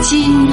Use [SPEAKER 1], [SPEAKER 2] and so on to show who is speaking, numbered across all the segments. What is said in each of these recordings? [SPEAKER 1] 金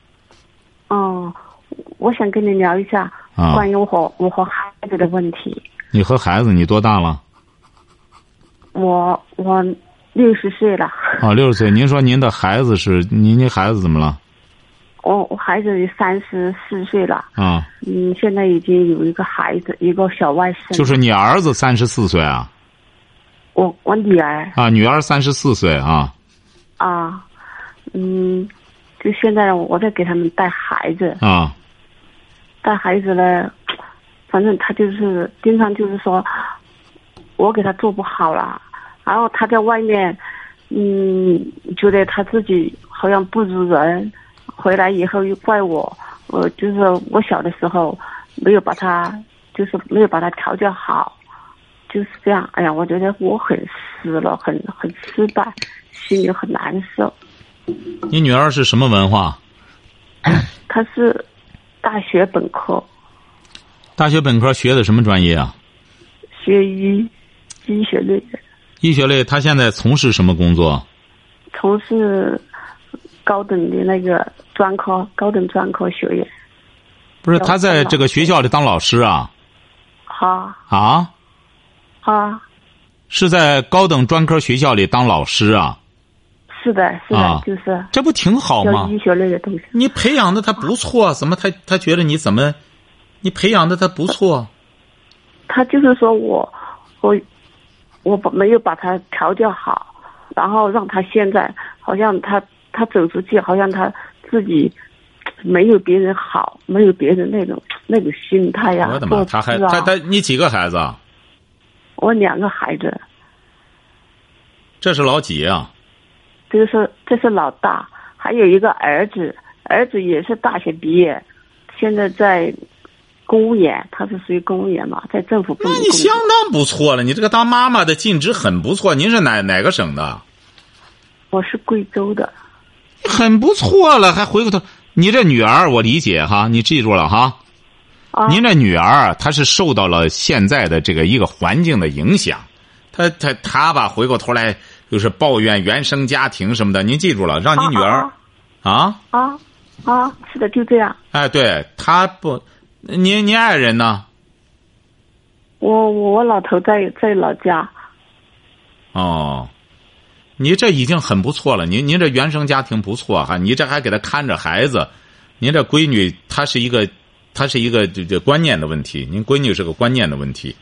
[SPEAKER 2] 哦，我想跟你聊一下
[SPEAKER 3] 啊
[SPEAKER 2] 关于我和我和孩子的问题。
[SPEAKER 3] 你和孩子，你多大了？
[SPEAKER 2] 我我六十岁了，
[SPEAKER 3] 啊，六十岁。您说您的孩子是您，您孩子怎么了？
[SPEAKER 2] 我我孩子三十四岁了，
[SPEAKER 3] 啊，
[SPEAKER 2] 嗯，现在已经有一个孩子，一个小外甥。
[SPEAKER 3] 就是你儿子三十四岁啊，
[SPEAKER 2] 我我女儿
[SPEAKER 3] 啊，女儿三十四岁啊，
[SPEAKER 2] 啊，嗯，就现在我在给他们带孩子，
[SPEAKER 3] 啊，
[SPEAKER 2] 带孩子呢，反正他就是经常就是说，我给他做不好了，然后他在外面，嗯，觉得他自己好像不如人，回来以后又怪我，我就是我小的时候没有把他，就是没有把他调教好，就是这样。哎呀，我觉得我很失落，很很失败，心里很难受。
[SPEAKER 3] 你女儿是什么文化？
[SPEAKER 2] 他是大学本科，
[SPEAKER 3] 大学本科学的什么专业啊？
[SPEAKER 2] 学医，医学类的。
[SPEAKER 3] 医学类。她现在从事什么工作？
[SPEAKER 2] 从事高等的那个专科，高等专科学院。
[SPEAKER 3] 不是，
[SPEAKER 2] 当
[SPEAKER 3] 她在
[SPEAKER 2] 当老
[SPEAKER 3] 这个学校里当老师啊？
[SPEAKER 2] 啊
[SPEAKER 3] 啊，
[SPEAKER 2] 啊，
[SPEAKER 3] 是在高等专科学校里当老师啊？
[SPEAKER 2] 是的，是的，
[SPEAKER 3] 啊
[SPEAKER 2] 就是
[SPEAKER 3] 这不挺好
[SPEAKER 2] 教
[SPEAKER 3] 吗
[SPEAKER 2] 医？学类的东西。
[SPEAKER 3] 你培养的她不错，怎么她她觉得你怎么，你培养的她不错？
[SPEAKER 2] 他就是说我，我，我把没有把他调教好，然后让他现在好像他他走出去，好像他自己没有别人好，没有别人那种那种心态呀、
[SPEAKER 3] 我的妈！
[SPEAKER 2] 做
[SPEAKER 3] 她还
[SPEAKER 2] 事啊
[SPEAKER 3] 她她你几个孩子？啊？
[SPEAKER 2] 我两个孩子，
[SPEAKER 3] 这是老几啊？
[SPEAKER 2] 这个是这是老大，还有一个儿子，儿子也是大学毕业，现在在公务员，他是属于公务员嘛，在政府部
[SPEAKER 3] 那
[SPEAKER 2] 门
[SPEAKER 3] 你
[SPEAKER 2] 工
[SPEAKER 3] 相
[SPEAKER 2] 作。
[SPEAKER 3] 当嗯不错了，你这个当妈妈的尽职很不错。您是哪哪个省的？
[SPEAKER 2] 我是贵州的，
[SPEAKER 3] 很不错了，还回过头。你这女儿，我理解哈，你记住了哈。
[SPEAKER 2] 啊
[SPEAKER 3] 您这女儿，她是受到了现在的这个一个环境的影响，她她她吧，回过头来就是抱怨原生家庭什么的。您记住了，让你女儿
[SPEAKER 2] 啊
[SPEAKER 3] 啊，
[SPEAKER 2] 啊啊，是的，就这样。
[SPEAKER 3] 哎，对她不，您您爱人呢？
[SPEAKER 2] 我我我老头在在老家，
[SPEAKER 3] 哦，你这已经很不错了。您您这原生家庭不错哈，你这还给他看着孩子，您这闺女她是一个，她是一个这这观念的问题。您闺女是个观念的问题，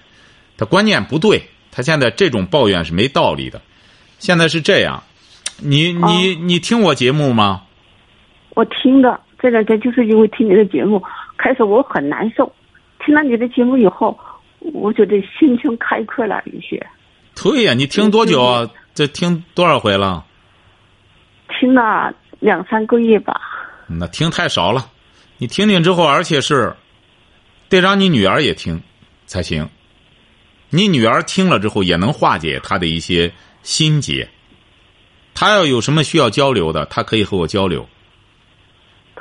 [SPEAKER 3] 她观念不对，她现在这种抱怨是没道理的。现在是这样，你你你听我节目吗？
[SPEAKER 2] 我听的这两天就是因为听你的节目，开始我很难受，听了你的节目以后，我觉得心胸开阔了一些，
[SPEAKER 3] 对呀、你听多久啊？这听多少回了？
[SPEAKER 2] 听了两三个月吧。
[SPEAKER 3] 嗯那听太少了，你听听之后，而且是得让你女儿也听才行。你女儿听了之后，也能化解她的一些心结。她要有什么需要交流的，她可以和我交流。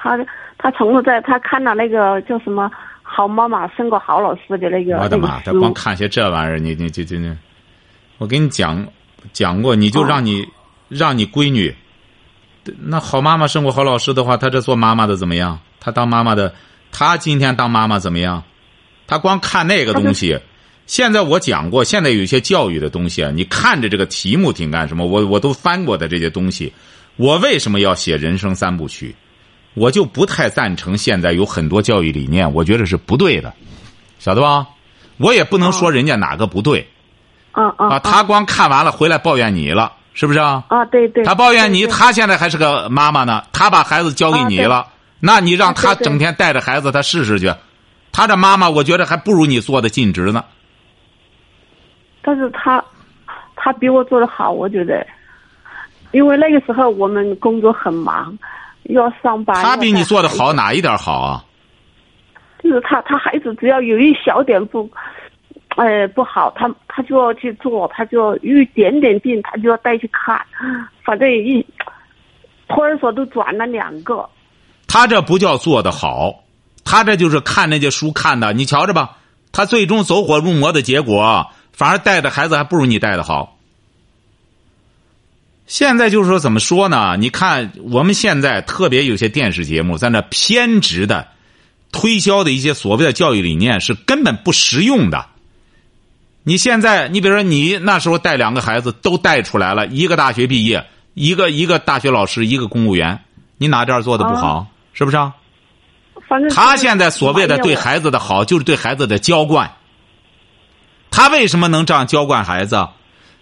[SPEAKER 2] 他他从头在他看了那个叫什么《好妈妈胜过好老师》的那个
[SPEAKER 3] 我的妈！
[SPEAKER 2] 那
[SPEAKER 3] 她
[SPEAKER 2] 个
[SPEAKER 3] 光
[SPEAKER 2] 书，
[SPEAKER 3] 看些这玩意儿，你你这这这，我跟你讲讲过，你就
[SPEAKER 2] 哦
[SPEAKER 3] 让你、让你闺女，那好妈妈胜过好老师的话，她这做妈妈的怎么样？她当妈妈的，她今天当妈妈怎么样？她光看那个东西。现在我讲过，现在有一些教育的东西啊，你看着这个题目挺干什么？我我都翻过的这些东西，我为什么要写人生三部曲？我就不太赞成现在有很多教育理念，我觉得是不对的，晓得吧？我也不能说人家哪个不对
[SPEAKER 2] 嗯嗯
[SPEAKER 3] 啊，他光看完了回来抱怨你了，是不是啊？
[SPEAKER 2] 啊对对，
[SPEAKER 3] 他抱怨你，
[SPEAKER 2] 对对啊
[SPEAKER 3] 他现在还是个妈妈呢，他把孩子交给你了，那你让他
[SPEAKER 2] 啊对对
[SPEAKER 3] 整天带着孩子，他试试去。他这妈妈，我觉得还不如你做的尽职呢。
[SPEAKER 2] 但是他他比我做的好，我觉得，因为那个时候我们工作很忙，要上班。
[SPEAKER 3] 他比你做的
[SPEAKER 2] 要带孩
[SPEAKER 3] 好
[SPEAKER 2] 子，
[SPEAKER 3] 哪一点好啊？
[SPEAKER 2] 就是他他孩子只要有一小点不，呃不好，他他就要去做，他就有一点点病，他就要带去看，反正一托儿所都转了两个，
[SPEAKER 3] 他这不叫做的好，他这就是看那些书看的。你瞧着吧，他最终走火入魔的结果，反而带的孩子还不如你带的好。现在就是说，怎么说呢？你看，我们现在特别有些电视节目在那偏执的推销的一些所谓的教育理念是根本不实用的。你现在，你比如说你那时候带两个孩子都带出来了，一个大学毕业，一个一个大学老师，一个公务员，你哪点儿做的不好？是不是啊？
[SPEAKER 2] 反正
[SPEAKER 3] 他现在所谓的对
[SPEAKER 2] 子，
[SPEAKER 3] 孩子的好，就是对孩子的娇惯。他为什么能这样娇惯孩子？啊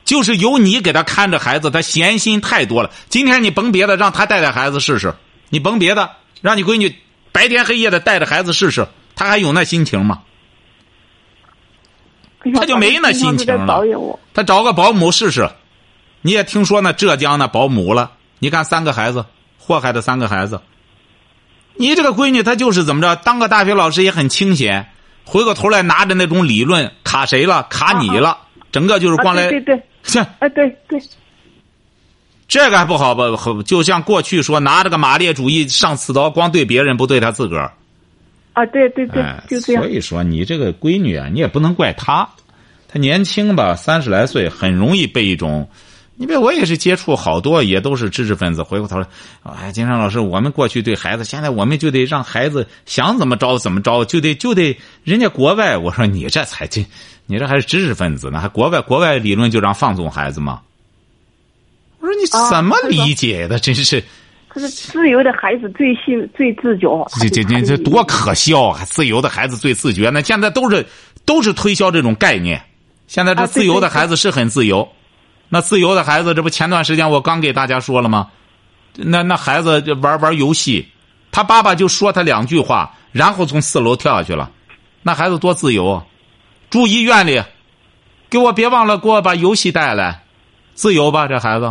[SPEAKER 3] 就是由你给他看着孩子，他闲心太多了。今天你甭别的，让他带带孩子试试；你甭别的，让你闺女白天黑夜的带着孩子试试，他还有那心情吗？他就没那心情了
[SPEAKER 2] 导演我，
[SPEAKER 3] 他找个保姆试试。你也听说那浙江那保姆了？你看三个孩子，祸害的三个孩子。你这个闺女她就是怎么着，当个大学老师也很清闲，回过头来拿着那种理论卡谁了？卡你了，整个就是光
[SPEAKER 2] 啊
[SPEAKER 3] 来
[SPEAKER 2] 对对对，
[SPEAKER 3] 这
[SPEAKER 2] 哎对对，
[SPEAKER 3] 这个还不好吧？好就像过去说拿这个马列主义上刺刀，光对别人不对他自个儿。
[SPEAKER 2] 啊对对对
[SPEAKER 3] 哎，，
[SPEAKER 2] 就这样
[SPEAKER 3] 所，以说，你这个闺女啊，你也不能怪她，她年轻吧，三十来岁，很容易被一种。你别，我也是接触好多，也都是知识分子。回过头来，哎，金山老师，我们过去对孩子，现在我们就得让孩子想怎么着怎么着，就得就得人家国外。我说你这才这，你这还是知识分子呢？还国外国外理论就让放纵孩子吗？我说你
[SPEAKER 2] 啊
[SPEAKER 3] 怎么
[SPEAKER 2] 是的
[SPEAKER 3] 理解的？真是。
[SPEAKER 2] 可是自由的孩子最幸最自觉，啊
[SPEAKER 3] 这这这这多可笑啊！自由的孩子最自觉呢，现在都是都是推销这种概念。现在这
[SPEAKER 2] 啊对
[SPEAKER 3] 自由的
[SPEAKER 2] 对对
[SPEAKER 3] 孩子是很自由，那自由的孩子，这不前段时间我刚给大家说了吗？那那孩子就玩玩游戏，他爸爸就说他两句话，然后从四楼跳下去了。那孩子多自由啊！住医院里，给我别忘了给我把游戏带来，自由吧，这孩子。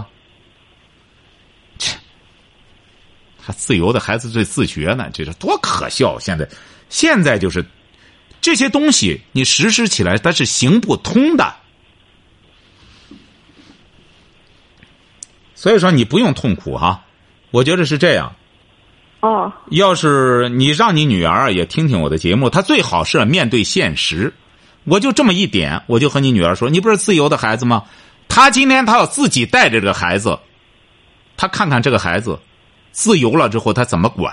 [SPEAKER 3] 还自由的孩子最自觉呢，这是多可笑！现在，现在就是这些东西你实施起来，它是行不通的。所以说，你不用痛苦哈、我觉得是这样。
[SPEAKER 2] 哦，
[SPEAKER 3] 要是你让你女儿啊也听听我的节目，她最好是面对现实。我就这么一点，我就和你女儿说：“你不是自由的孩子吗？她今天她要自己带着这个孩子，她看看这个孩子自由了之后，她怎么管。”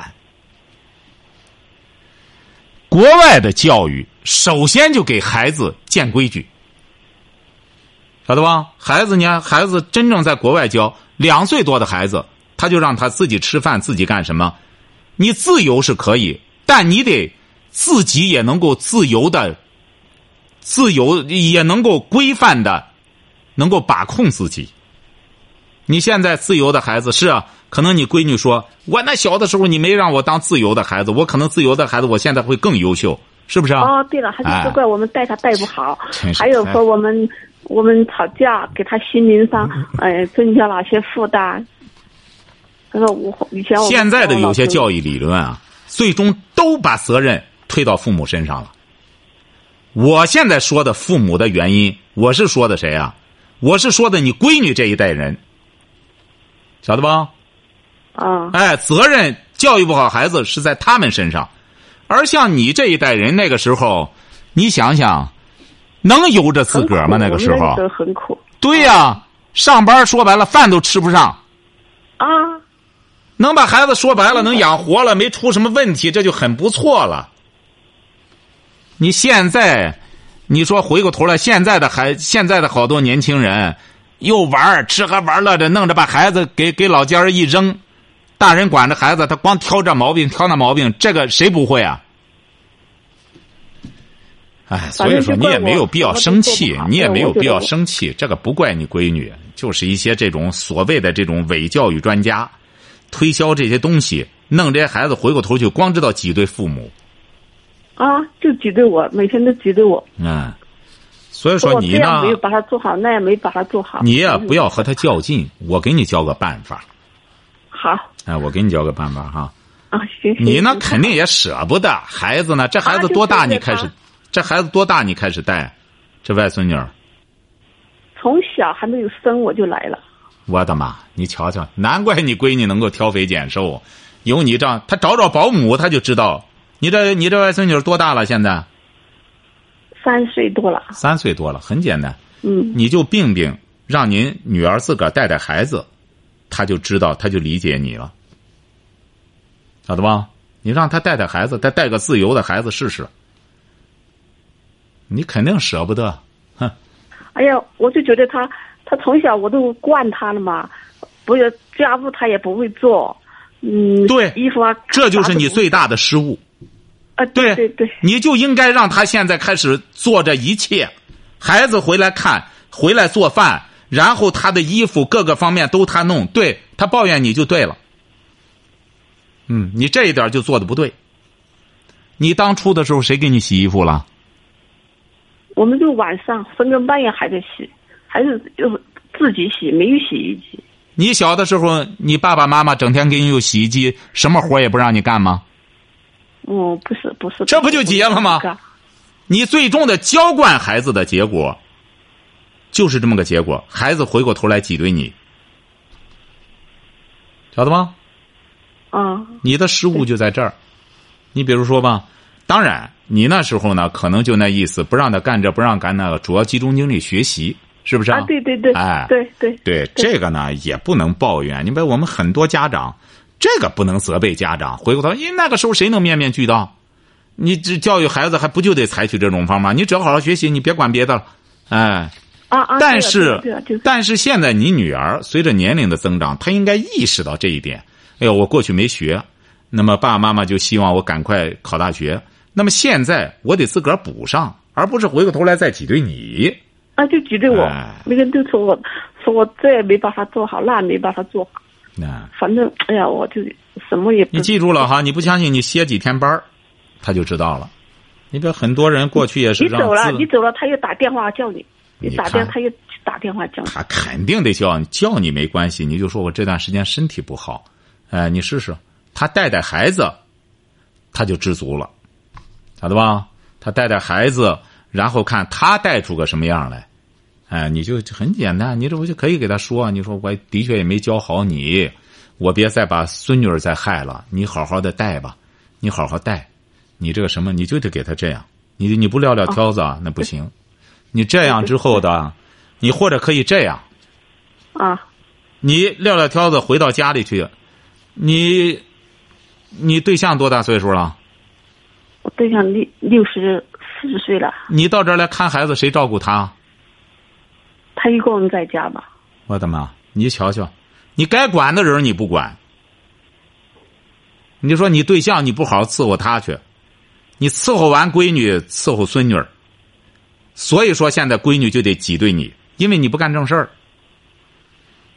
[SPEAKER 3] 国外的教育首先就给孩子建规矩，晓得吧？孩子，你看，孩子真正在国外教，两岁多的孩子，他就让他自己吃饭，自己干什么。你自由是可以，但你得自己也能够自由的、自由也能够规范的，能够把控自己。你现在自由的孩子是啊，可能你闺女说，我那小的时候你没让我当自由的孩子，我可能自由的孩子，我现在会更优秀，是不是啊？
[SPEAKER 2] 哦，对了，他就责怪我们带他带不好，
[SPEAKER 3] 真是
[SPEAKER 2] 还有
[SPEAKER 3] 太
[SPEAKER 2] 和我们我们吵架，给他心灵上
[SPEAKER 3] 嗯
[SPEAKER 2] 呃增加哪些负担。他说我以前我
[SPEAKER 3] 现在的有些教
[SPEAKER 2] 育
[SPEAKER 3] 育理论啊，最终都把责任推到父母身上了。我现在说的父母的原因，我是说的谁啊？我是说的你闺女这一代人，晓得吧？
[SPEAKER 2] 啊，
[SPEAKER 3] 哎，责任教育不好孩子是在他们身上，而像你这一代人那个时候，你想想，能由着自个儿吗？
[SPEAKER 2] 很苦
[SPEAKER 3] 那个时
[SPEAKER 2] 我们
[SPEAKER 3] 候
[SPEAKER 2] 那个时，候很苦
[SPEAKER 3] 对呀、上班说白了饭都吃不上，
[SPEAKER 2] 啊，
[SPEAKER 3] 能把孩子说白了能养活了，没出什么问题，这就很不错了。你现在，你说回过头来，现在的孩，现在的好多年轻人，又玩儿吃喝玩乐的，弄着把孩子给给老家人一扔，大人管着孩子，他光挑这毛病挑那毛病，这个谁不会啊？哎，所以说
[SPEAKER 2] 反正就怪
[SPEAKER 3] 你也没有
[SPEAKER 2] 我
[SPEAKER 3] 必要
[SPEAKER 2] 我都
[SPEAKER 3] 生气
[SPEAKER 2] 做不，好
[SPEAKER 3] 你也没有
[SPEAKER 2] 我觉
[SPEAKER 3] 必
[SPEAKER 2] 得
[SPEAKER 3] 要
[SPEAKER 2] 我
[SPEAKER 3] 生气，这个不怪你闺女，就是一些这种所谓的这种伪教育专家。推销这些东西，弄这些孩子回过头去光知道挤兑父母，
[SPEAKER 2] 啊，就挤兑我，每天都挤兑我。
[SPEAKER 3] 嗯，所以说
[SPEAKER 2] 我
[SPEAKER 3] 你
[SPEAKER 2] 这
[SPEAKER 3] 呢
[SPEAKER 2] 样没，有把他做好，那也没把他做好。嗯
[SPEAKER 3] 你也不要和他较劲，我给你教个办法，
[SPEAKER 2] 好，
[SPEAKER 3] 哎，我给你教个办法哈。
[SPEAKER 2] 啊，行。行
[SPEAKER 3] 你呢
[SPEAKER 2] 行，
[SPEAKER 3] 肯定也舍不得孩子呢。这孩子
[SPEAKER 2] 啊就
[SPEAKER 3] 多大
[SPEAKER 2] 是
[SPEAKER 3] 你
[SPEAKER 2] 他
[SPEAKER 3] 开始？这孩子多大你开始带？这外孙女儿，
[SPEAKER 2] 从小还没有生我就来了，
[SPEAKER 3] 我的妈！你瞧瞧，难怪你闺女能够挑肥拣瘦，有你这样，她找找保姆她就知道。你这你这外孙女儿多大了？现在
[SPEAKER 2] 三岁多了。
[SPEAKER 3] 三岁多了，很简单，
[SPEAKER 2] 嗯，
[SPEAKER 3] 你就病病，让您女儿自个儿带带孩子，她就知道，她就理解你了，晓得吧？你让她带带孩子，再带个自由的孩子试试，你肯定舍不得。
[SPEAKER 2] 哎呀，我就觉得他，他从小我都惯他了嘛，不是家务他也不会做，嗯，
[SPEAKER 3] 对
[SPEAKER 2] 衣服啊，
[SPEAKER 3] 这就是
[SPEAKER 2] 啥都
[SPEAKER 3] 你
[SPEAKER 2] 不会
[SPEAKER 3] 最大的失误。
[SPEAKER 2] 啊，对
[SPEAKER 3] 对
[SPEAKER 2] 对对，
[SPEAKER 3] 你就应该让他现在开始做这一切，孩子回来看，回来做饭，然后他的衣服各个方面都他弄，对他抱怨你就对了。嗯，你这一点就做的不对。你当初的时候谁给你洗衣服了？
[SPEAKER 2] 我们就晚上深更半夜还在洗，还是就是自己洗，没有洗衣机。
[SPEAKER 3] 你小的时候，你爸爸妈妈整天给你用洗衣机，什么活也不让你干吗？
[SPEAKER 2] 嗯，不是不是，
[SPEAKER 3] 这不就结了吗
[SPEAKER 2] 不是
[SPEAKER 3] 你最终的娇惯孩子的结果，就是这么个结果。孩子回过头来挤兑你，晓得吗？
[SPEAKER 2] 嗯
[SPEAKER 3] 你的失误就在这儿。你比如说吧，当然你那时候呢，可能就那意思，不让他干这，不让干那个，主要集中精力学习，是不是
[SPEAKER 2] 啊，对对对，
[SPEAKER 3] 哎
[SPEAKER 2] 对对，
[SPEAKER 3] 对这个呢，也不能抱怨。你把我们很多家长，这个不能责备家长。回过头，因为那个时候谁能面面俱到？你这教育孩子还不就得采取这种方法？你只要好好学习，你别管别的了，哎。
[SPEAKER 2] 啊啊，
[SPEAKER 3] 但
[SPEAKER 2] 对
[SPEAKER 3] 是
[SPEAKER 2] 了对了对了，就是
[SPEAKER 3] 但是现在你女儿随着年龄的增长，她应该意识到这一点。哎呦，我过去没学，那么爸爸妈妈就希望我赶快考大学。那么现在我得自个儿补上，而不是回过头来再挤兑你。
[SPEAKER 2] 啊，就挤兑我
[SPEAKER 3] 哎，
[SPEAKER 2] 每个人都说我，说我这也没办法做好，那也没办法做好，
[SPEAKER 3] 啊，
[SPEAKER 2] 反正哎呀，我就什么也不
[SPEAKER 3] 你记住了哈，你不相信你歇几天班儿，他就知道了。你比如很多人过去也是
[SPEAKER 2] 你
[SPEAKER 3] 让
[SPEAKER 2] 走了，
[SPEAKER 3] 自
[SPEAKER 2] 你走了，他又打电话叫你，你
[SPEAKER 3] 你
[SPEAKER 2] 打电
[SPEAKER 3] 看
[SPEAKER 2] 他又打电话叫你。
[SPEAKER 3] 他肯定得叫你，叫你没关系，你就说我这段时间身体不好，哎，你试试。他带带孩子，他就知足了，晓得吧？他带带孩子，然后看他带出个什么样来，哎，你就就很简单，你这不就可以给他说，啊你说我的确也没教好你，我别再把孙女儿再害了，你好好的带吧，你好好带，你这个什么，你就得给他这样，你你不撂撂挑子啊，那不行，你这样之后的，你或者可以这样，
[SPEAKER 2] 啊
[SPEAKER 3] 你撂撂挑子回到家里去，你，你对象多大岁数了？
[SPEAKER 2] 我对象六六十四十岁了，
[SPEAKER 3] 你到这儿来看孩子，谁照顾他？
[SPEAKER 2] 他一个人在家嘛。
[SPEAKER 3] 我的妈！你瞧瞧，你该管的人你不管，你说你对象你不好好伺候他去，你伺候完闺女伺候孙女儿，所以说现在闺女就得挤兑你，因为你不干正事儿。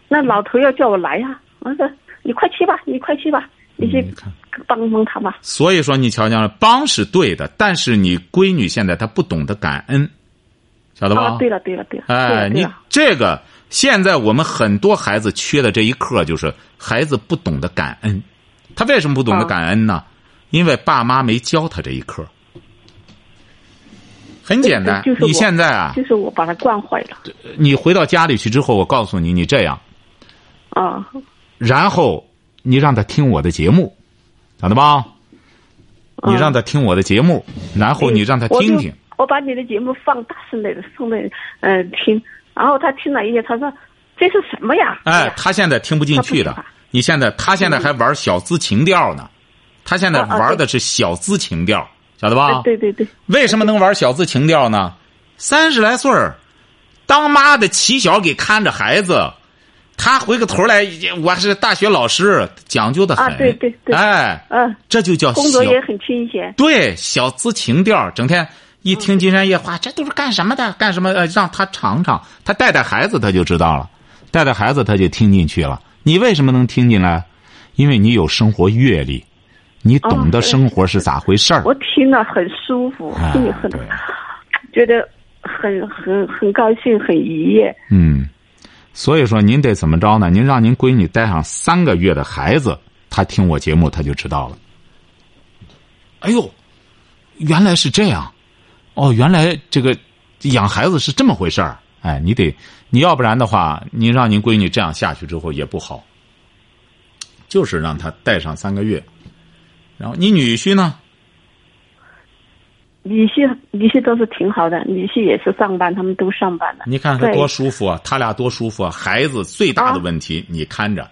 [SPEAKER 2] 那老头要叫我来呀、我说你快去吧，你快去吧，你去
[SPEAKER 3] 嗯你看
[SPEAKER 2] 帮帮他吧。
[SPEAKER 3] 所以说，你瞧瞧，帮是对的，但是你闺女现在她不懂得感恩，晓得吧？
[SPEAKER 2] 啊，对了对了对了，对
[SPEAKER 3] 哎，
[SPEAKER 2] 了对啊
[SPEAKER 3] 你
[SPEAKER 2] 了，
[SPEAKER 3] 这个现在我们很多孩子缺的这一课就是孩子不懂得感恩。他为什么不懂得
[SPEAKER 2] 啊
[SPEAKER 3] 感恩呢？因为爸妈没教他这一课。很简单，
[SPEAKER 2] 就是我
[SPEAKER 3] 你现在啊，
[SPEAKER 2] 就是我把他惯坏了
[SPEAKER 3] 你回到家里去之后，我告诉你，你这样，
[SPEAKER 2] 啊。
[SPEAKER 3] 然后你让他听我的节目，晓得吧？你让他听我的节目，然后你让他
[SPEAKER 2] 嗯我
[SPEAKER 3] 啊听
[SPEAKER 2] 就
[SPEAKER 3] 听。
[SPEAKER 2] 我把你的节目放大声的放的呃听，然后他听了一下，他说这是什么呀？
[SPEAKER 3] 哎
[SPEAKER 2] 呀，
[SPEAKER 3] 他现在听不进去
[SPEAKER 2] 他不听
[SPEAKER 3] 的
[SPEAKER 2] 话。
[SPEAKER 3] 你现在他现在还玩小资情调呢，他现在
[SPEAKER 2] 啊啊
[SPEAKER 3] 玩的是小资情调，晓得吧
[SPEAKER 2] 哎？对对对，
[SPEAKER 3] 为什么能玩小资情调呢？三十来岁儿，当妈的起小给看着孩子，他回个头来，我还是大学老师，讲究的很。
[SPEAKER 2] 啊对对对
[SPEAKER 3] 哎，
[SPEAKER 2] 嗯、
[SPEAKER 3] 这就叫
[SPEAKER 2] 工作
[SPEAKER 3] 小
[SPEAKER 2] 也很清闲。
[SPEAKER 3] 对，小资情调，整天一听《金山夜话》，这都是干什么的？干什么？呃，让他尝尝，他带带孩子他就知道了，带带孩子他就听进去了。你为什么能听进来？因为你有生活阅历，你懂得
[SPEAKER 2] 哦
[SPEAKER 3] 生活是咋回事儿。
[SPEAKER 2] 我听了很舒服，
[SPEAKER 3] 哎
[SPEAKER 2] 心里很
[SPEAKER 3] 对
[SPEAKER 2] 觉得很很很高兴，很愉悦。
[SPEAKER 3] 嗯，所以说，您得怎么着呢？您让您闺女带上三个月的孩子，她听我节目，她就知道了。哎呦，原来是这样，哦，原来这个养孩子是这么回事儿。哎，你得，你要不然的话，您让您闺女这样下去之后也不好。就是让她带上三个月，然后你女婿呢？
[SPEAKER 2] 女婿女婿都是挺好的，女婿也是上班，他们都上班的。
[SPEAKER 3] 你看他
[SPEAKER 2] 对
[SPEAKER 3] 多舒服啊，他俩多舒服啊！孩子最大的问题，你看着，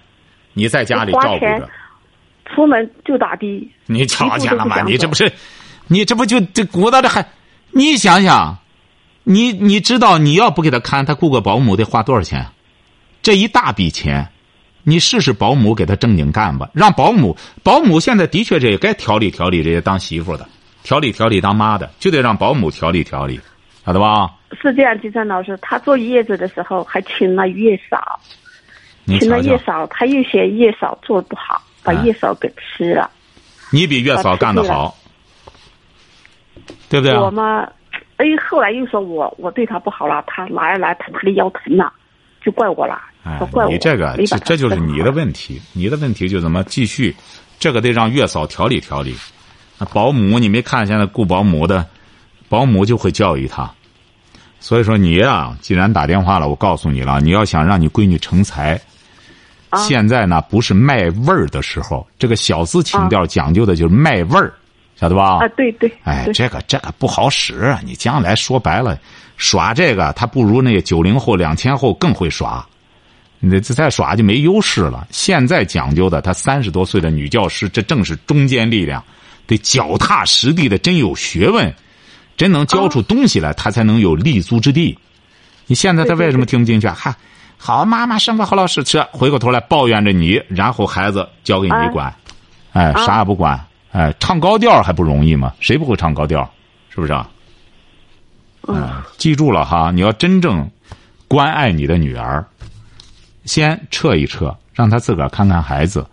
[SPEAKER 3] 你在家里
[SPEAKER 2] 花
[SPEAKER 3] 照顾
[SPEAKER 2] 钱
[SPEAKER 3] 着，
[SPEAKER 2] 出门就打的，
[SPEAKER 3] 你瞧见了
[SPEAKER 2] 一步都不
[SPEAKER 3] 吗？
[SPEAKER 2] 想
[SPEAKER 3] 你这
[SPEAKER 2] 走
[SPEAKER 3] 不是，你这不就这鼓捣着还？你想想，你你知道你要不给他看，他雇个保姆得花多少钱？啊这一大笔钱，你试试保姆给他正经干吧，让保姆保姆现在的确这也该调理调理这些当媳妇的，调理调理当妈的，就得让保姆调理调理，晓得吧？
[SPEAKER 2] 是这样，金山老师，他坐月子的时候还请了月嫂，
[SPEAKER 3] 你
[SPEAKER 2] 请
[SPEAKER 3] 瞧
[SPEAKER 2] 了
[SPEAKER 3] 瞧
[SPEAKER 2] 月，嫂，他又嫌月嫂做不好，把
[SPEAKER 3] 啊
[SPEAKER 2] 月嫂给吃了。
[SPEAKER 3] 你比月嫂干得好，对不对啊？
[SPEAKER 2] 我嘛，哎，后来又说我我对他不好了，他来来他他的腰疼了，就怪我了，
[SPEAKER 3] 哎
[SPEAKER 2] 说怪，我。
[SPEAKER 3] 你这个
[SPEAKER 2] 没
[SPEAKER 3] 这
[SPEAKER 2] 把他
[SPEAKER 3] 这就是你的
[SPEAKER 2] 治好
[SPEAKER 3] 问题，你的问题就怎么继续，这个得让月嫂调理调理。那保姆你没看现在雇保姆的，保姆就会教育他。所以说你呀、既然打电话了，我告诉你了，你要想让你闺女成才，
[SPEAKER 2] 啊
[SPEAKER 3] 现在呢不是卖味儿的时候，这个小资情
[SPEAKER 2] 啊
[SPEAKER 3] 调讲究的就是卖味儿，晓得吧？
[SPEAKER 2] 啊，对对，
[SPEAKER 3] 哎，
[SPEAKER 2] 对
[SPEAKER 3] 这个这个不好使啊！你将来说白了，耍这个他不如那九零后、两千后更会耍，你这再耍就没优势了。现在讲究的，她三十多岁的女教师，这正是中坚力量，得脚踏实地的，真有学问，真能教
[SPEAKER 2] 哦
[SPEAKER 3] 出东西来，她才能有立足之地。你现在她
[SPEAKER 2] 对对
[SPEAKER 3] 为什么听不进去啊？哈，好妈妈生活好老师吃，回过头来抱怨着你，然后孩子交给
[SPEAKER 2] 啊
[SPEAKER 3] 你管。哎，啥也不管，哎，唱高调还不容易吗？谁不会唱高调？是不是啊？
[SPEAKER 2] 嗯
[SPEAKER 3] 哎记住了哈，你要真正关爱你的女儿，先撤一撤，让她自个儿看看孩子，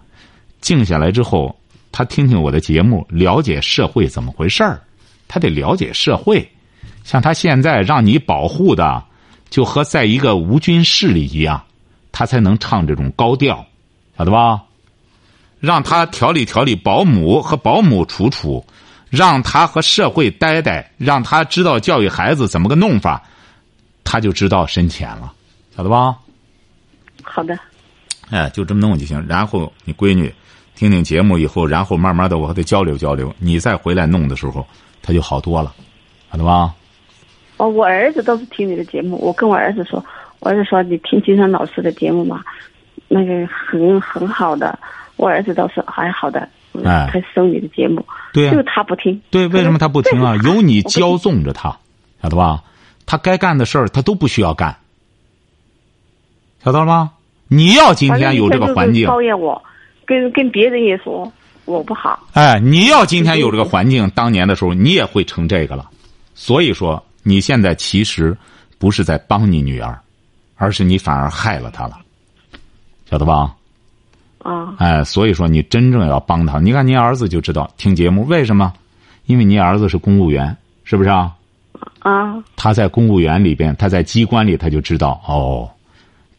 [SPEAKER 3] 静下来之后，她听听我的节目，了解社会怎么回事儿，她得了解社会。像她现在让你保护的，就和在一个无菌室里一样，她才能唱这种高调，晓得吧？让他调理调理保姆和保姆处处，让他和社会待待，让他知道教育孩子怎么个弄法，他就知道深浅了，晓得吧？
[SPEAKER 2] 好的，
[SPEAKER 3] 哎，就这么弄就行。然后你闺女听听节目以后，然后慢慢的我和她交流交流，你再回来弄的时候，她就好多了，晓得吧？
[SPEAKER 2] 哦，我儿子都是听你的节目，我跟我儿子说，我儿子说你听金山老师的节目嘛，那个很很好的，我儿子倒是还好的，嗯
[SPEAKER 3] 哎
[SPEAKER 2] 他收你的节目，
[SPEAKER 3] 对啊呀
[SPEAKER 2] 就他不听，
[SPEAKER 3] 对，为什么他不听啊？
[SPEAKER 2] 对
[SPEAKER 3] 有你
[SPEAKER 2] 我跟
[SPEAKER 3] 骄纵着他，晓得吧？他该干的事儿他都不需要干，晓得了吗？你要今
[SPEAKER 2] 反正
[SPEAKER 3] 天有这个环
[SPEAKER 2] 就是
[SPEAKER 3] 境，
[SPEAKER 2] 抱怨我，跟跟别人也说我不好，
[SPEAKER 3] 哎，你要今天有这个环境，当年的时候你也会成这个了。所以说，你现在其实不是在帮你女儿，而是你反而害了她了，晓得吧？
[SPEAKER 2] 啊
[SPEAKER 3] 哎，所以说你真正要帮她，你看您儿子就知道听节目，为什么？因为您儿子是公务员，是不是啊？
[SPEAKER 2] 啊，
[SPEAKER 3] 他在公务员里边，他在机关里，他就知道哦，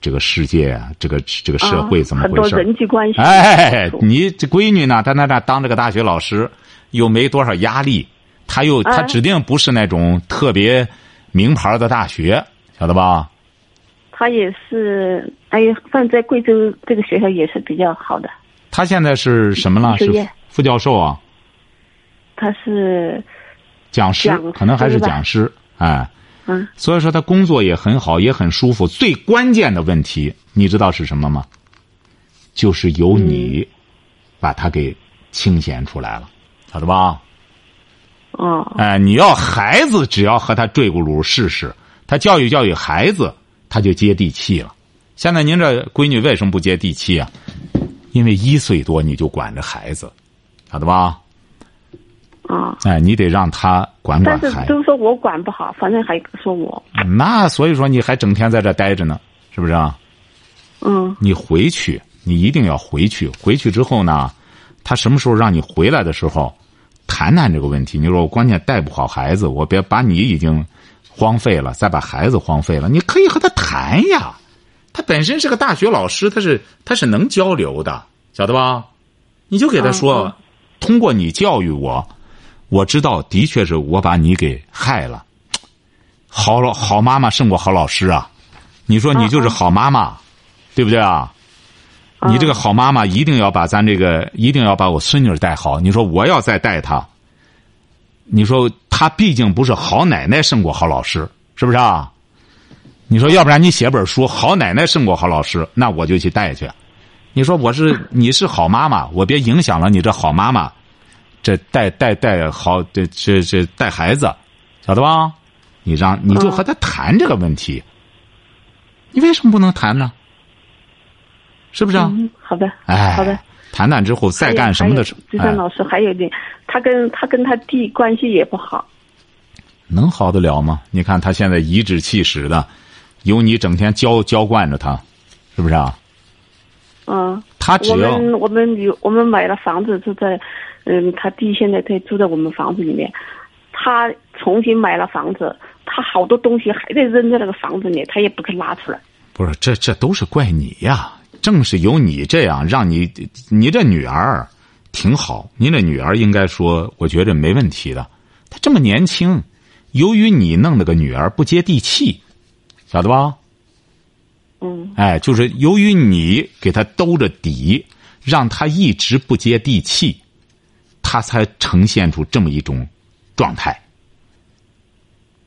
[SPEAKER 3] 这个世界，这个这个社会
[SPEAKER 2] 啊
[SPEAKER 3] 怎么
[SPEAKER 2] 很
[SPEAKER 3] 回
[SPEAKER 2] 多
[SPEAKER 3] 事儿？
[SPEAKER 2] 人际关系，
[SPEAKER 3] 哎，你这闺女呢？她在那当这个大学老师，又没多少压力，她又她
[SPEAKER 2] 哎
[SPEAKER 3] 指定不是那种特别名牌的大学，晓得吧？
[SPEAKER 2] 他也是，哎呀，反正在贵州这个学校也是比较好的，
[SPEAKER 3] 她现在是什么了？
[SPEAKER 2] 就是业
[SPEAKER 3] 副教授啊，
[SPEAKER 2] 他是
[SPEAKER 3] 讲师
[SPEAKER 2] 讲师，
[SPEAKER 3] 可能还是
[SPEAKER 2] 吧
[SPEAKER 3] 讲师，哎。
[SPEAKER 2] 嗯
[SPEAKER 3] 所以说她工作也很好，也很舒服。最关键的问题，你知道是什么吗？就是由
[SPEAKER 2] 嗯
[SPEAKER 3] 你把她给清闲出来了，晓得吧？
[SPEAKER 2] 哦
[SPEAKER 3] 哎、你要孩子，只要和他坠咕噜试试，他教育教育孩子，他就接地气了。现在您这闺女为什么不接地气啊？因为一岁多你就管着孩子，晓得吧？
[SPEAKER 2] 啊。
[SPEAKER 3] 哎，你得让他管管
[SPEAKER 2] 但是
[SPEAKER 3] 孩子。
[SPEAKER 2] 都说我管不好，反正还说我，
[SPEAKER 3] 那所以说你还整天在这待着呢，是不是啊？
[SPEAKER 2] 嗯
[SPEAKER 3] 你回去，你一定要回去。回去之后呢，他什么时候让你回来的时候，谈谈这个问题。你说我关键带不好孩子，我别把你已经荒废了，再把孩子荒废了。你可以和他谈呀，他本身是个大学老师，他是他是能交流的，晓得吧？你就给他说，
[SPEAKER 2] 嗯
[SPEAKER 3] 通过你教育我，我知道的确是我把你给害了。好老好妈妈胜过好老师啊！你说你
[SPEAKER 2] 嗯
[SPEAKER 3] 就是好妈妈，对不对啊？你这个好妈妈一定要把咱这个，一定要把我孙女儿带好。你说我要再带她，你说她毕竟不是好奶奶胜过好老师，是不是啊？你说要不然你写本书，好奶奶胜过好老师，那我就去带去。你说我是你是好妈妈，我别影响了你这好妈妈，这带带带好这这这带孩子，晓得吧？你让你就和他谈这个问题，你为什么不能谈呢？是不是啊？
[SPEAKER 2] 嗯，好的，
[SPEAKER 3] 哎，
[SPEAKER 2] 好的。
[SPEAKER 3] 谈谈之后再干什么的时
[SPEAKER 2] 志
[SPEAKER 3] 候，哎
[SPEAKER 2] 山，老师还有一点，他跟他跟他弟关系也不好。
[SPEAKER 3] 能好得了吗？你看他现在颐指气使的，有你整天娇娇惯着他，是不是啊？
[SPEAKER 2] 嗯，
[SPEAKER 3] 他只
[SPEAKER 2] 我
[SPEAKER 3] 要
[SPEAKER 2] 们我们有我们买了房子住在，嗯，他弟现在在住在我们房子里面，他重新买了房子，他好多东西还在扔在那个房子里，他也不肯拉出来。
[SPEAKER 3] 不是这这都是怪你呀！正是有你这样，让你你这女儿挺好，您这女儿应该说，我觉着没问题的。她这么年轻，由于你弄了个女儿不接地气，晓得吧？
[SPEAKER 2] 嗯
[SPEAKER 3] 哎，就是由于你给他兜着底，让他一直不接地气，他才呈现出这么一种状态，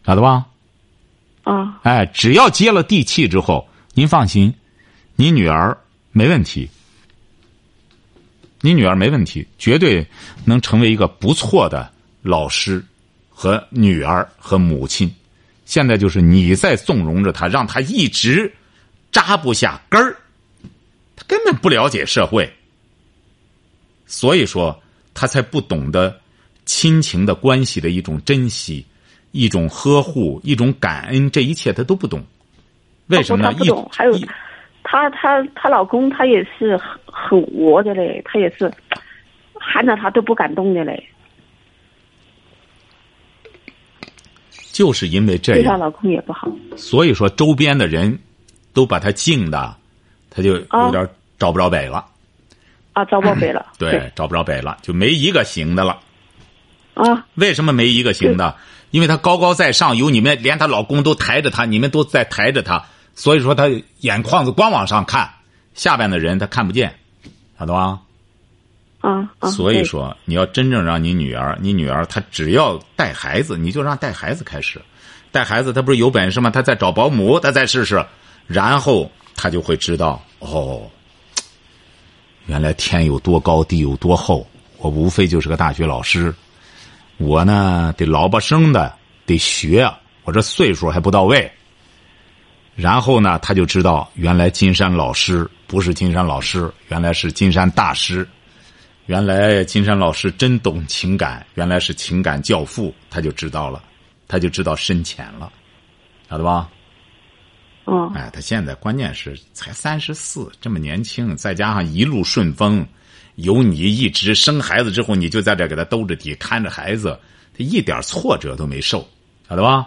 [SPEAKER 3] 晓得吧？
[SPEAKER 2] 啊
[SPEAKER 3] 哎，只要接了地气之后，您放心，你女儿没问题，你女儿没问题，绝对能成为一个不错的老师和女儿和母亲。现在就是你在纵容着她，让她一直扎不下根儿，她根本不了解社会，所以说她才不懂得亲情的关系的一种珍惜。一种呵护，一种感恩，这一切她都不懂，为什么呢？
[SPEAKER 2] 她不
[SPEAKER 3] 一
[SPEAKER 2] 懂还有
[SPEAKER 3] 一
[SPEAKER 2] 她她她老公他也是很很窝的嘞，他也是喊着他都不敢动的嘞，
[SPEAKER 3] 就是因为这
[SPEAKER 2] 对她
[SPEAKER 3] 样，
[SPEAKER 2] 老公也不好。
[SPEAKER 3] 所以说周边的人都把他敬的，他就有点找不着北了，
[SPEAKER 2] 啊，遭报备了。
[SPEAKER 3] 对，找不着北了，就没一个行的了。
[SPEAKER 2] 啊，
[SPEAKER 3] 为什么没一个行的？因为她高高在上，有你们连她老公都抬着她，你们都在抬着她，所以说她眼眶子光往上看，下边的人她看不见，晓得吧？
[SPEAKER 2] 啊啊！
[SPEAKER 3] 所以
[SPEAKER 2] 对，
[SPEAKER 3] 说，你要真正让你女儿，你女儿她只要带孩子，你就让带孩子开始，带孩子她不是有本事吗？她再找保姆，她再试试，然后她就会知道哦，原来天有多高，地有多厚。我无非就是个大学老师，我呢得老不生的得学，我这岁数还不到位。然后呢，他就知道原来金山老师不是金山老师，原来是金山大师。原来金山老师真懂情感，原来是情感教父，他就知道了，他就知道深浅了，晓得吧？
[SPEAKER 2] 嗯
[SPEAKER 3] 哎，他现在关键是才三十四，这么年轻，再加上一路顺风，有你一直生孩子之后，你就在这给他兜着底看着孩子，他一点挫折都没受，晓得吧？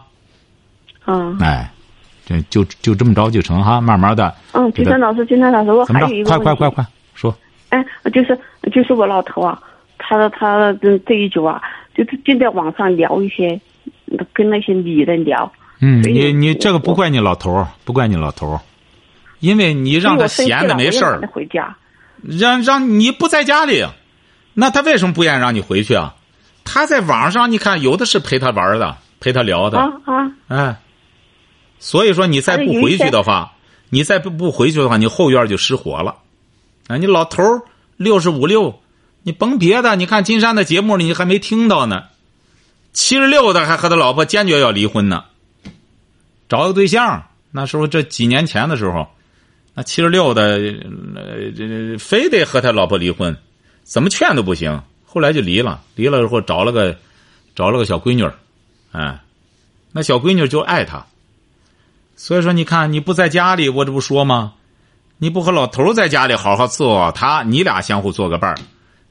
[SPEAKER 2] 嗯
[SPEAKER 3] 哎，这就就这么着就成哈，慢慢的，
[SPEAKER 2] 嗯，
[SPEAKER 3] 给
[SPEAKER 2] 金
[SPEAKER 3] 他
[SPEAKER 2] 山老师，金山老师，我
[SPEAKER 3] 怎么
[SPEAKER 2] 还有一
[SPEAKER 3] 着？快
[SPEAKER 2] 个问
[SPEAKER 3] 快
[SPEAKER 2] 题
[SPEAKER 3] 快快说，
[SPEAKER 2] 哎，就是就是我老头啊，他他这这一久啊，就是净在网上聊一些，跟那些女人聊，
[SPEAKER 3] 嗯，
[SPEAKER 2] 所以
[SPEAKER 3] 你你
[SPEAKER 2] 哎我
[SPEAKER 3] 这个不
[SPEAKER 2] 我
[SPEAKER 3] 怪你老头儿，不怪你老头儿，因为你让他
[SPEAKER 2] 所以哎我生气
[SPEAKER 3] 闲
[SPEAKER 2] 了
[SPEAKER 3] 的没事
[SPEAKER 2] 我就
[SPEAKER 3] 儿
[SPEAKER 2] 喊他，回家。
[SPEAKER 3] 让让你不在家里，啊那他为什么不愿意让你回去啊？他在网上，你看有的是陪他玩儿的，陪他聊的，
[SPEAKER 2] 啊啊，
[SPEAKER 3] 哎，所以说你再不回去的话，你再不不回去的话，你后院就失火了。啊，你老头儿六十五六，你甭别的，你看金山的节目里你还没听到呢，七十六的还和他老婆坚决要离婚呢，找个对象。那时候这几年前的时候，那七十六的呃这这非得和他老婆离婚，怎么劝都不行。后来就离了，离了之后找了个找了个小闺女儿，哎。那小闺女就爱他。所以说，你看你不在家里，我这不说吗？你不和老头儿在家里好好伺候好他，你俩相互做个伴儿。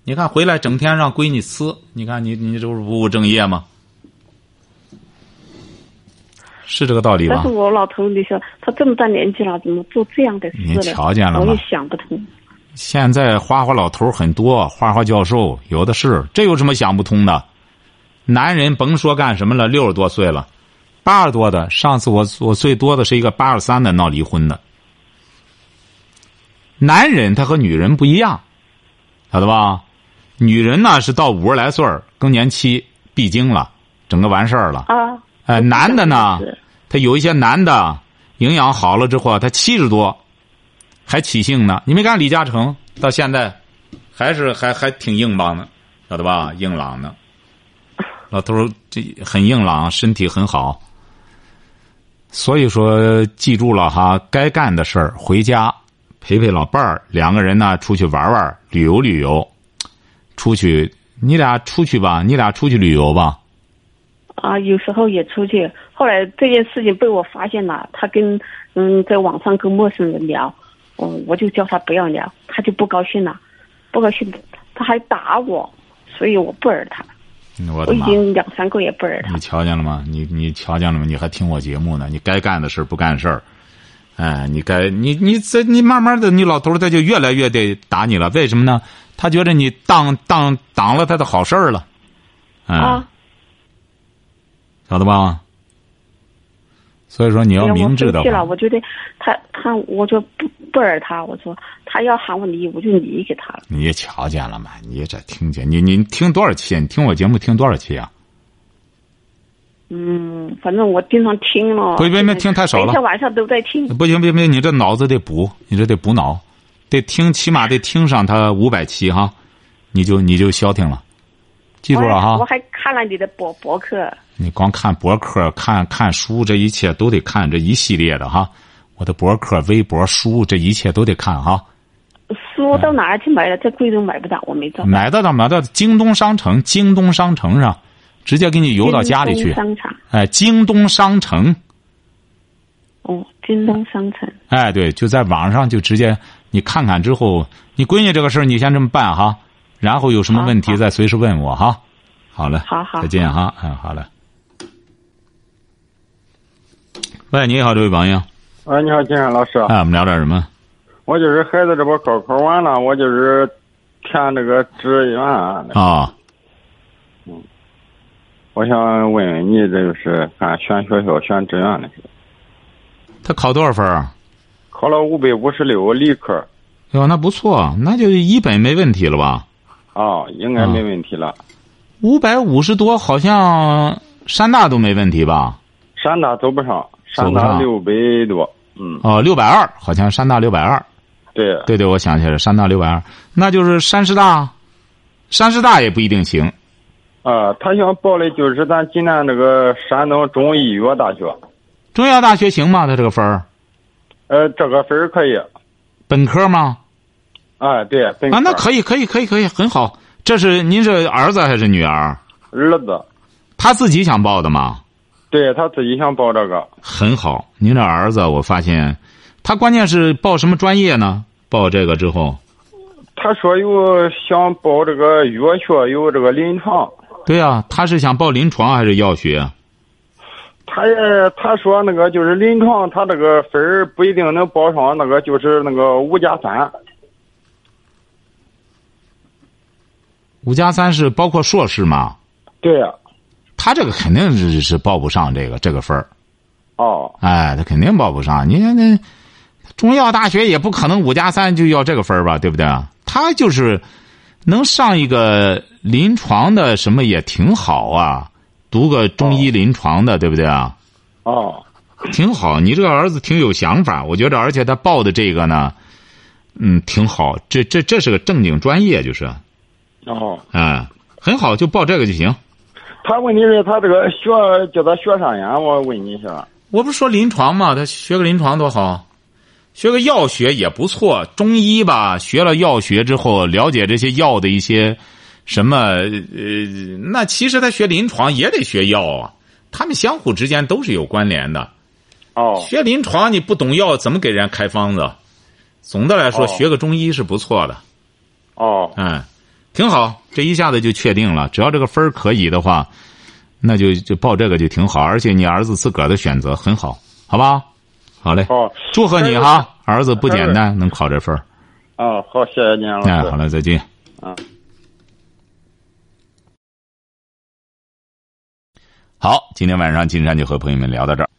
[SPEAKER 3] 你看回来整天让闺女呲，你看你你这不是不务正业吗？是这个道理
[SPEAKER 2] 但
[SPEAKER 3] 吧
[SPEAKER 2] 是？我老头你说他这么大年纪了，怎么做这样的事
[SPEAKER 3] 你
[SPEAKER 2] 呢？
[SPEAKER 3] 瞧见了吗
[SPEAKER 2] 我也想不通。
[SPEAKER 3] 现在花花老头儿很多，花花教授有的是，这有什么想不通的？男人甭说干什么了，六十多岁了，八十多的，上次我我最多的是一个八十三的闹离婚的。男人他和女人不一样，晓得吧？女人呢是到五十来岁儿更年期闭经了，整个完事儿了。
[SPEAKER 2] 啊，
[SPEAKER 3] 呃，男的呢
[SPEAKER 2] 是，
[SPEAKER 3] 他有一些男的营养好了之后啊，他七十多还起性呢。你没看李嘉诚到现在还是还还挺硬邦的，晓得吧？硬朗的，老头儿这很硬朗，身体很好。所以说，记住了哈，该干的事儿，回家陪陪老伴儿，两个人呢出去玩玩，旅游旅游，出去你俩出去吧，你俩出去旅游吧。
[SPEAKER 2] 啊，有时候也出去。后来这件事情被我发现了，他跟嗯在网上跟陌生人聊，我我就叫他不要聊，他就不高兴了，不高兴，他还打我，所以我不惹他，
[SPEAKER 3] 嗯我
[SPEAKER 2] 我
[SPEAKER 3] 的
[SPEAKER 2] 已
[SPEAKER 3] 妈！
[SPEAKER 2] 经两三个月不惹他
[SPEAKER 3] 你。瞧见了吗？你你瞧见了吗？你还听我节目呢？你该干的事儿不干事儿，哎，你该你你这你慢慢的，你老头儿他就越来越得打你了。为什么呢？他觉得你当当挡了他的好事儿了，哎，
[SPEAKER 2] 啊，
[SPEAKER 3] 晓得吧？所以说你
[SPEAKER 2] 哎
[SPEAKER 3] 要
[SPEAKER 2] 呀我
[SPEAKER 3] 明
[SPEAKER 2] 生
[SPEAKER 3] 智的
[SPEAKER 2] 气了，
[SPEAKER 3] 话，
[SPEAKER 2] 我觉得他他，我就不不惹他，我说他要喊我离，我就离给他了。
[SPEAKER 3] 你也瞧见了嘛？你也这听见你你听多少期？你听我节目听多少期啊？
[SPEAKER 2] 嗯，反正我经常听了，
[SPEAKER 3] 不不不
[SPEAKER 2] 就是
[SPEAKER 3] 听太少了
[SPEAKER 2] 每天晚上都在听。
[SPEAKER 3] 不行不行不行，你这脑子得补，你这得补脑，得听，起码得听上他五百期哈，你就你就消停了，记住了
[SPEAKER 2] 我还我
[SPEAKER 3] 哈。
[SPEAKER 2] 还看了你的博博客。
[SPEAKER 3] 你光看博客、看看书，这一切都得看这一系列的哈。我的博客、微博、书，这一切都得看哈。啊
[SPEAKER 2] 书到哪儿去买的？在贵州买不到，我没找到。
[SPEAKER 3] 买得到买得到，京东商城，京东商城上，直接给你邮到家里
[SPEAKER 2] 京
[SPEAKER 3] 去
[SPEAKER 2] 东。商场，
[SPEAKER 3] 哎，京东商城，
[SPEAKER 2] 哦，京东商城。
[SPEAKER 3] 哎，对，就在网上就直接你看看之后，你闺女这个事儿你先这么办哈，然后有什么问
[SPEAKER 2] 好
[SPEAKER 3] 题
[SPEAKER 2] 好
[SPEAKER 3] 再随时问我哈。好嘞，
[SPEAKER 2] 好好
[SPEAKER 3] 再见哈，嗯，好嘞。喂，你好，这位朋友，
[SPEAKER 4] 喂，你好，金山老师，
[SPEAKER 3] 哎，我们聊点什么？
[SPEAKER 4] 我就是孩子这不高考完了，我就是填这个志愿的，
[SPEAKER 3] 啊、
[SPEAKER 4] 我想问问你，这就是看选学校、选志愿的事。
[SPEAKER 3] 他考多少分啊？
[SPEAKER 4] 考了五百五十六理科，
[SPEAKER 3] 哟，那不错，那就一本没问题了吧？
[SPEAKER 4] 啊、应该没问题了。
[SPEAKER 3] 五百五十多，好像山大都没问题吧？
[SPEAKER 4] 山大走不上，
[SPEAKER 3] 走
[SPEAKER 4] 山
[SPEAKER 3] 不上
[SPEAKER 4] 大六百多，嗯，
[SPEAKER 3] 哦，六百二，好像山大六百二。
[SPEAKER 4] 对，
[SPEAKER 3] 对对，我想起来了，山大六百二，那就是山师大，山师大也不一定行。
[SPEAKER 4] 啊、他想报的就是咱济南这个山东中医药大学，
[SPEAKER 3] 中医药大学行吗？他这个分儿，
[SPEAKER 4] 呃，这个分儿可以，
[SPEAKER 3] 本科吗？
[SPEAKER 4] 哎、对，本科
[SPEAKER 3] 啊，那可以，可以，可以，可以，很好。这是您是儿子还是女儿？
[SPEAKER 4] 儿子，
[SPEAKER 3] 他自己想报的吗？
[SPEAKER 4] 对他自己想报这个，
[SPEAKER 3] 很好，您这儿子，我发现，他关键是报什么专业呢？报这个之后，
[SPEAKER 4] 他说有想报这个药学，有这个临床。
[SPEAKER 3] 对呀、他是想报临床还是药学？
[SPEAKER 4] 他也他说那个就是临床，他这个分儿不一定能报上那个就是那个五加三。
[SPEAKER 3] 五加三是包括硕士吗？
[SPEAKER 4] 对，
[SPEAKER 3] 他这个肯定是是报不上这个这个分儿。
[SPEAKER 4] 哦，
[SPEAKER 3] 哎，他肯定报不上。你看那中医药大学也不可能五加三就要这个分儿吧，对不对？他就是能上一个临床的什么也挺好啊，读个中医临床的，对不对啊？
[SPEAKER 4] 哦，
[SPEAKER 3] 挺好，你这个儿子挺有想法，我觉得，而且他报的这个呢，嗯，挺好，这这这是个正经专业，就是，
[SPEAKER 4] 哦。
[SPEAKER 3] 哎，很好，就报这个就行。
[SPEAKER 4] 他问题是，他这个学叫他学啥呀？我问你一下。
[SPEAKER 3] 我不是说临床嘛，他学个临床多好，学个药学也不错。中医吧，学了药学之后，了解这些药的一些什么呃，那其实他学临床也得学药啊，他们相互之间都是有关联的。
[SPEAKER 4] 哦，
[SPEAKER 3] 学临床你不懂药，怎么给人家开方子？总的来说，
[SPEAKER 4] 哦
[SPEAKER 3] 学个中医是不错的，
[SPEAKER 4] 哦，
[SPEAKER 3] 哎嗯，挺好。这一下子就确定了，只要这个分儿可以的话，那就就报这个就挺好，而且你儿子自个儿的选择很好，好吧？好嘞，
[SPEAKER 4] 好
[SPEAKER 3] 祝贺你
[SPEAKER 4] 还有
[SPEAKER 3] 哈，儿子不简单，能考这分儿。
[SPEAKER 4] 啊，好，谢谢您，老师。
[SPEAKER 3] 哎，好啊了，再见。
[SPEAKER 4] 嗯。
[SPEAKER 3] 好，今天晚上金山就和朋友们聊到这儿。